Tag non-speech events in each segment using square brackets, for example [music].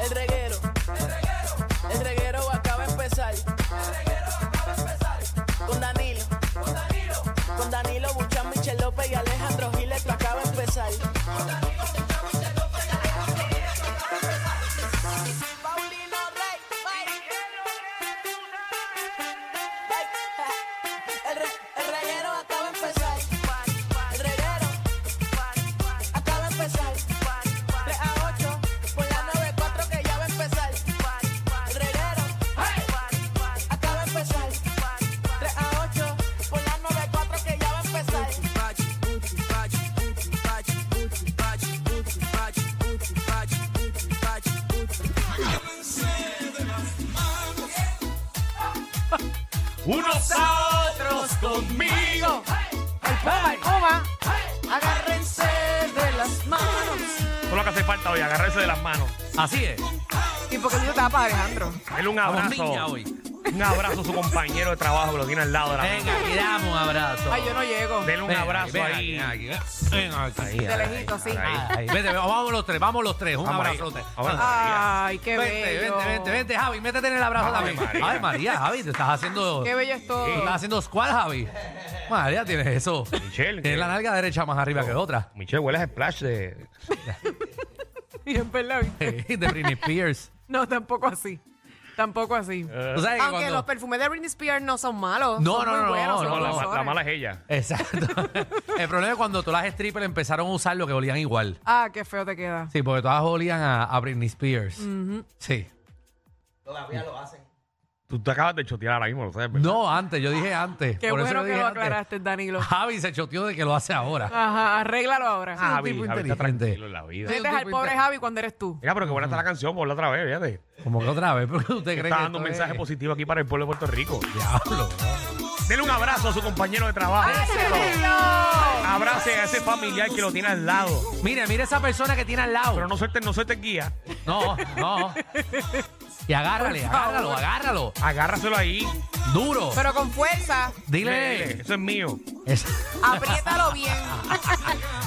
El reguero. El reguero acaba de empezar. Con Danilo. Con Danilo Buchan, Michel López y Alejandro Gil, esto acaba de empezar. Paulino Rey, El, re- el reguero acaba de empezar. El reguero acaba de empezar. 3 a 8, por la 94 que ya va a empezar. El reguero acaba de empezar. 3 a 8, por la 94 que ya va a empezar. unos a otros conmigo. Agárrense de las manos. Eso es lo que hace falta hoy, agarrarse de las manos. Así es. ¿Y por qué tú te tapas, Alejandro? Dale un Vamos abrazo. niña hoy. Un abrazo a su compañero de trabajo que lo tiene al lado de la mesa. Venga, le damos un abrazo. Ay, yo no llego. Dele un Ven abrazo ven ahí. aquí, ven aquí, ven aquí. De lejito, sí. Ahí, ahí. Vete, vete, vamos los tres, vamos los tres. Un Vamos ahí. abrazote. Vamos ahí. Ah. Ay, qué Vente, bello. vente, vente, vente, Javi, métete en el abrazo Ay, también. María. Ay, María, Javi, te estás haciendo. Qué bello es todo. te estás haciendo squad, Javi. María, tienes eso. Michelle, ¿qué? Oh. Tienes la nalga derecha más arriba que otra. Michelle, hueles a splash de. Y en verdad, ¿viste? De Britney Spears. No, tampoco así. Tampoco así. Tú sabes que Aunque Eh, cuando- los perfumes de Britney Spears no son malos. No, son no, muy no, buenos, son No, la, dulzones. la mala es ella. Exacto. el problema es cuando todas las strippers empezaron a usar lo que olían igual. Ah, qué feo te queda. Sí, porque todas olían a, a Britney Spears. Sí. Tú te acabas de chotear ahora mismo, lo sabes. ¿verdad? No, antes, yo dije antes. Qué Por eso bueno que dije lo antes. aclaraste, [laughs] Danilo. Javi se choteó de que lo hace ahora. Ajá, arréglalo ahora. Ah, Javi, tipo Javi está inteligente. tranquilo en la vida. Sí. Metes un al tipo pobre inte- Javi cuando eres tú. Mira, pero qué buena está la canción, ponla otra vez, fíjate. Como que otra vez, porque usted cree Está que dando un esto eh. mensaje es- positivo aquí para el pueblo de Puerto Rico. Diablo. Dele un abrazo a su compañero de trabajo. ¡No! Abrace a ese familiar que lo tiene al lado. Mire, mire esa persona que tiene al lado. Pero no suelten, no suelten guía. no, no. Y agárrale, agárralo, agárralo. Agárraselo ahí. Duro. Pero con fuerza, Dele, Dile. Eso es mío. Es- apriétalo bien.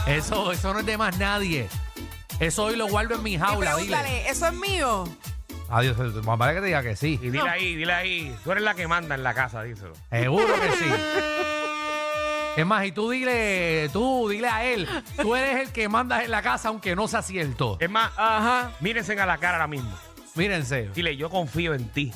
Eso, eso no es de más nadie. Eso hoy lo guardo en mi Y jaula, dile. pregúntale, eh, ¿eso es mío? Adiós, más vale que te diga que sí. Y dile ahí, dile ahí. Tú eres la que manda en la casa, díselo. Seguro que sí. Es más, y tú dile, tú dile a él, tú eres el que mandas en la casa aunque no sea cierto. Es más, ah, Ajá. mírense a la cara ahora mismo. Mírense. Dile, yo confío en ti.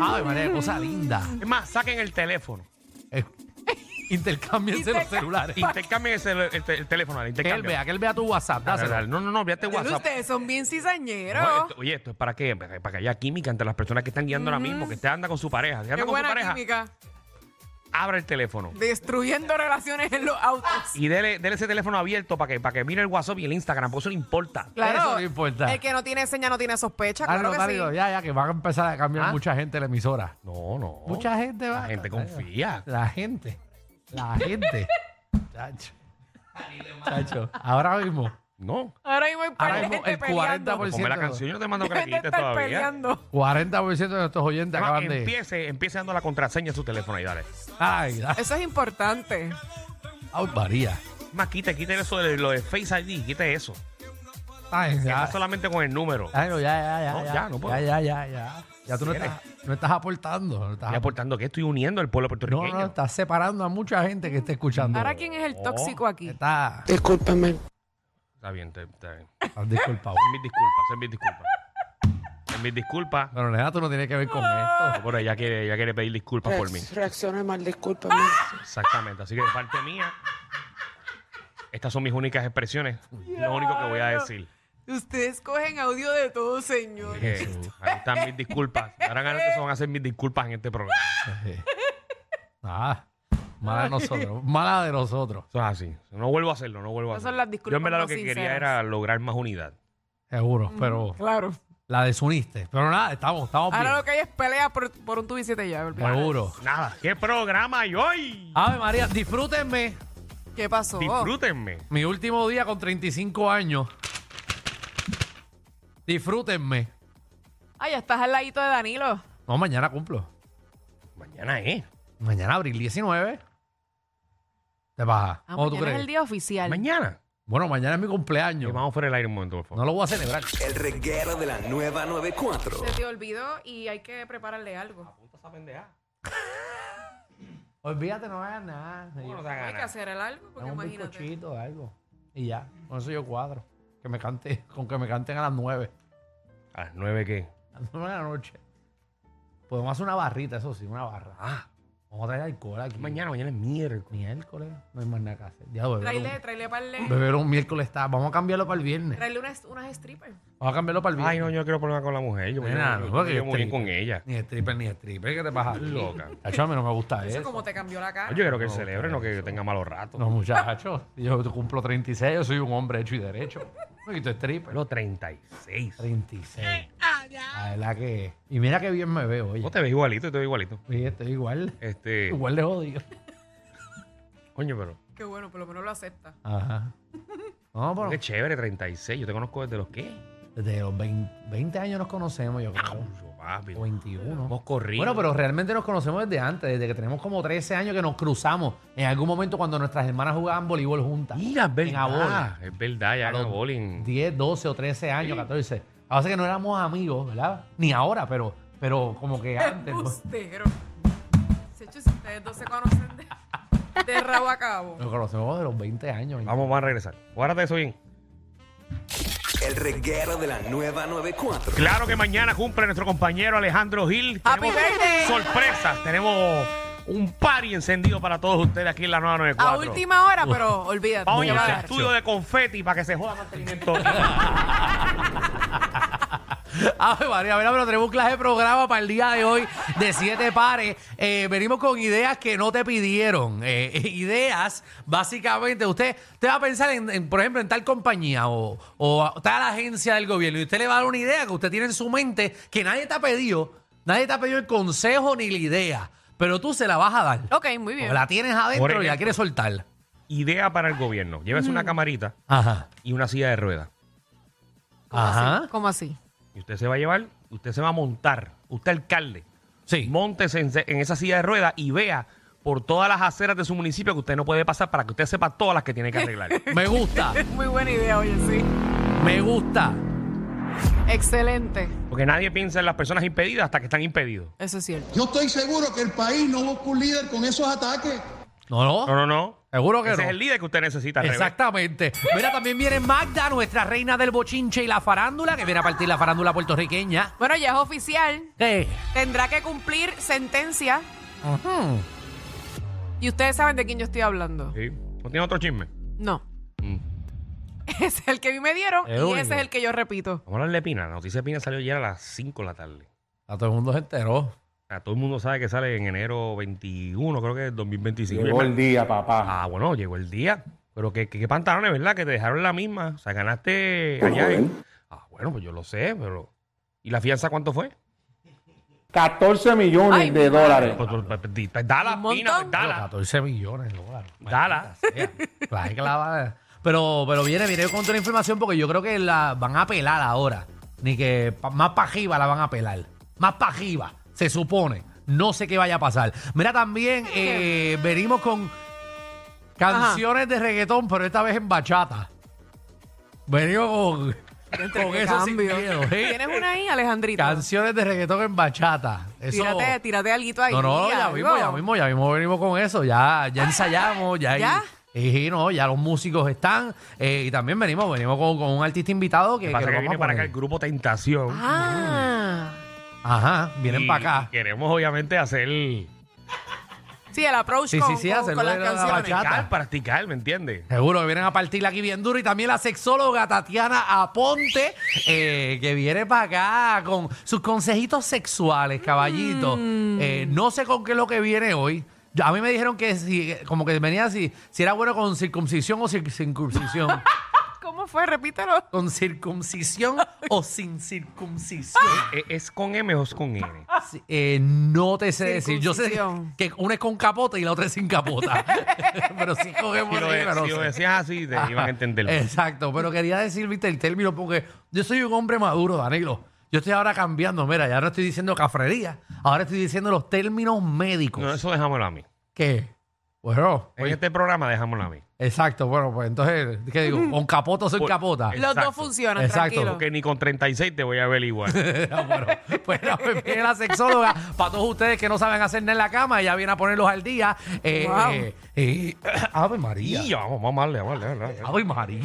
Ay, María, cosa linda. Es más, saquen el teléfono. Eh, [laughs] Intercámbiense los celulares. Intercambien el, cel- el te- el teléfono. Que él vea, Intercambien. que él vea tu WhatsApp. Dáselo. No, no, no, fíjate Pero WhatsApp. Ustedes son bien cizañeros. No, esto- oye, esto es para qué? Para para que haya química entre las personas que están guiando ahora mismo, que usted anda con su pareja. Si Qué anda con su buena pareja, química. abra el teléfono. Destruyendo relaciones en los autos. Y dele, dele ese teléfono abierto para que, para que mire el WhatsApp y el Instagram, porque eso le importa. Claro. Eso no importa. El que no tiene seña no tiene sospecha, Ah, claro no, que sí. Darío, ya, ya, que van a empezar a cambiar ¿Ah? mucha gente en la emisora. No, no. Mucha gente va. La gente confía. La gente. La [laughs] gente. Chacho. Chacho. Ahora mismo. No. Ahora mismo hay Ahora par de mismo gente el [laughs] peleando. 40%. Ponme la canción, yo no te [laughs] mando que la Gente quites está todavía. peleando. 40% de nuestros oyentes Además, acaban de. empiece, empiece dando la contraseña a su teléfono y dale. Ay, da- Eso es importante. ay, María. Más quita, quita eso de lo de Face ID, quita eso. Ay, Que ya. Ah. está solamente con el número. Ay, no, ya, ya, ya. No, ya, no puedo. Ya, ya, ya, ya. Ya tú no Mira. estás, no estás aportando. No, estás Estoy aportando que estoy uniendo al pueblo no, puertorriqueño. no, estás separando a mucha gente que está escuchando. Ahora, ¿quién es el tóxico aquí? Está. Discúlpame. Está bien, te- está bien. Estás disculpado. Son mis disculpas, son mis disculpas. Son mis disculpas. Pero nena, tú no tienes que ver con esto. Bueno, ella quiere, ella quiere pedir disculpas por mí. Reacciones mal, discúlpame. Exactamente. Así que de parte mía, estas son mis únicas expresiones. Lo único que voy a decir. Ustedes cogen audio de todo, señor. Jesús, ahí están mis disculpas. De Ahora en adelante son van a ser mis disculpas en este programa. Ah, mala de nosotros. Mala de nosotros. Eso es así. No vuelvo a hacerlo, no vuelvo a Esas hacerlo. son las disculpas Yo en verdad lo más que quería sinceras. era lograr más unidad. Mm. Seguro, pero Claro. la desuniste. Pero nada, estamos, estamos Ahora lo bien. que hay es pelea por, por un tubo y siete llaves. olvídate. Seguro. Nada, ¿qué programa hay hoy? Ave María, disfrútenme. ¿Qué pasó? Disfrútenme. Mi último día con 35 años. Disfrútenme. Ay, ya estás al ladito de Danilo. No, mañana cumplo. Mañana, ¿eh? Mañana, abril 19. Te baja. Ah, ¿Cómo tú mañana crees? es el día oficial. Mañana. Bueno, mañana es mi Que cumpleaños. vamos fuera del aire un momento, por favor. No lo voy a celebrar. El reguero de la nueva 94. Se te olvidó y hay que prepararle algo. Olvídate, no hagas Ah, nada. No Yo- te hagas Hay que nada. hacer el algo, porque un imagínate. bizcochito, algo. Y ya. Con eso yo cuadro. Que me cante, [laughs] con que me canten a las 9. A las nueve, ¿qué? A las 9 de la noche. Podemos hacer una barrita, eso sí, una barra. Ah, vamos a traer alcohol aquí. Mañana, mañana es miércoles. Miércoles. No hay más nada que hacer. Ya lo beber Traile, un, traile para el... beber un miércoles está. Vamos a cambiarlo para el viernes. Traile unas, unas strippers. Vamos a cambiarlo para el viernes. Ay, no, yo no quiero problema con la mujer. Yo me Nena, yo- no, yo porque me llevo yo muy bien estoy- con ella. Ni stripper, ni stripper. ¿Qué te pasa? Loca. Cacho, a mí no me gusta Eso eso. es como te cambió la cara. Yo quiero que él celebre, no que yo tenga malos ratos. No, muchachos. Yo cumplo 36, yo soy un hombre hecho y derecho. No quito stripper. Pero 36. 36. La verdad que. Y mira qué bien me veo, oye. Vos te ves igualito, yo te veo igualito. Oye, estoy igual. Este, Igual de jodido. coño, pero Qué bueno, por lo menos lo acepta. Ajá. No, pero qué chévere, 36. Yo te conozco desde los qué. desde los 20, 20 años nos conocemos, yo creo. Yo, papi. O 21. Hemos corrido. Bueno, pero realmente nos conocemos desde antes, desde que tenemos como 13 años que nos cruzamos en algún momento cuando nuestras hermanas jugaban voleibol juntas. Mira, es En Abona. verdad. Es verdad, ya A los en bowling. 10, 12 o 13 años, 14. A veces que no éramos amigos, ¿verdad? Ni ahora, pero, pero como que antes. pues, ¿no? Embustero. Se hecho, si ustedes dos se conocen de, de rabo a cabo. Nos conocemos de los 20 años. Vamos, vamos a regresar. Guárdate eso bien. El reguero de la nueva 94. Claro que mañana cumple nuestro compañero Alejandro Gil. Happy birthday. sorpresas. Tenemos un party encendido para todos ustedes aquí en la nueva 94. A última hora, pero olvídate. Vamos a te va a llevar el dar. estudio de confeti para que se joda más alimento. Ay, María, mira, pero tenemos clase de programa para el día de hoy de siete pares. Eh, venimos con ideas que no te pidieron. Eh, [laughs] ideas, básicamente, usted, usted va a pensar, en, en, por ejemplo, en tal compañía o, o a- tal agencia del gobierno y usted le va a dar una idea que usted tiene en su mente que nadie te ha pedido, nadie te ha pedido el consejo ni la idea, pero tú se la vas a dar. Ok, muy bien. O la tienes Por adentro y ejemplo. la quieres soltar. [laughs] Idea para el gobierno. Llévese una camarita Ajá. y una silla de ruedas. ¿Cómo así? Ajá. ¿Cómo así? Y usted se va a llevar, usted se va a montar. Usted alcalde. Sí. Móntese en, en esa silla de ruedas y vea por todas las aceras de su municipio que usted no puede pasar para que usted sepa todas las que tiene que [laughs] arreglar. Me gusta, Muy buena idea, oye, sí. me gusta. Excelente. Porque nadie piensa en las personas impedidas hasta que están impedidos. Eso es cierto. Yo estoy seguro que el país no busca un líder con esos ataques. No, no. No, no, no. Seguro que Ese no. es el líder que usted necesita. al revés. Exactamente. Mira, también viene Magda, nuestra reina del bochinche y la farándula, que viene a partir la farándula puertorriqueña. Bueno, ya es oficial. Eh, Tendrá que cumplir sentencia. ujú. Y ustedes saben de quién yo estoy hablando. Sí. ¿No tiene otro chisme? No. Mm. [laughs] Es el que me dieron El y único. ese es el que yo repito. Vamos a hablar de Pina. La noticia de Pina salió ayer a las 5 de la tarde. A todo el mundo se enteró. O sea, todo el mundo sabe que sale en enero 21, creo que es 2025. Llegó el día, papá. Ah, bueno, llegó el día. Pero qué, qué, qué pantalones, ¿verdad? Que te dejaron la misma. O sea, ganaste Pues, allá. en- joven. Ah, bueno, pues yo lo sé, pero... ¿Y la fianza cuánto fue? 14 millones Ay, de dólares. Pues, pues, pues, pues, pues, dala, Un Pina, pues, montón. Pero dala. 14 millones de dólares. Dala. Maldita sea. La gente Pues que la va a- Pero, pero viene, viene con toda la información porque yo creo que la van a pelar ahora. Ni que pa- más pajiva la van a pelar. Más pajiva, se supone. No sé qué vaya a pasar. Mira, [laughs] también eh, venimos con canciones de reggaetón, pero esta vez en bachata. Venimos con, con Qué eso sin cambio. [laughs] miedo, ¿eh? ¿Tienes una ahí, Alejandrita? Canciones de reggaetón en bachata. Eso- Tírate, tírate alguito ahí. no, no, ya algo. mismo, ya mismo, ya mismo venimos con eso. Ya, [laughs] ya ensayamos, ya. ¿Ya? Y, y no, ya los músicos están. eh, y también venimos, venimos con, con un artista invitado que, Lo que pasa es que lo que vamos viene a para acá poner. el grupo Tentación. Ah. Ajá, vienen Y para acá. Queremos, obviamente, hacer Sí, el approach Sí, con, sí, sí, con- hacerlo con las de la canciones. bachata. Practicar, practicar, ¿me entiendes? Seguro que vienen a partirla aquí bien duro. Y también la sexóloga Tatiana Aponte, eh, que viene para acá con sus consejitos sexuales, caballito. Mm. Eh, no sé con qué es lo que viene hoy. Yo- a mí me dijeron que si, como que venía si, si era bueno con circuncisión o sin [laughs] circuncisión. ¿Cómo fue? Repítelo. con circuncisión o sin circuncisión. ¿E- ¿Es con M o es con N? Sí, eh, no te sé decir. Yo sé Circuncisión. que una es con capota y la otra es sin capota. [laughs] pero sí cogemos Si lo, ahí, pero si lo sí. decías así, te iban a entenderlo. Exacto, pero quería decir, viste, el término, porque yo soy un hombre maduro, Danilo. Yo estoy ahora cambiando, mira, ya no estoy diciendo cafrería, ahora estoy diciendo los términos médicos. No, eso dejámoslo a mí. ¿Qué? Bueno, En oye, este programa dejámoslo a mí. exacto, bueno, pues entonces, ¿qué digo? [laughs] ¿Con capota o sin Por- capota? el- Los Exacto. dos funcionan, Exacto, tranquilo. Porque ni con 36 te voy a ver igual. bueno, pues nada, pues viene la sexóloga para todos ustedes que no saben hacer nada en la cama, ella viene a ponerlos al día. Eh, Wow. eh, eh, [coughs] Ave María. Y vamos, vamos a darle, vamos a darle, vamos a darle. Ave María.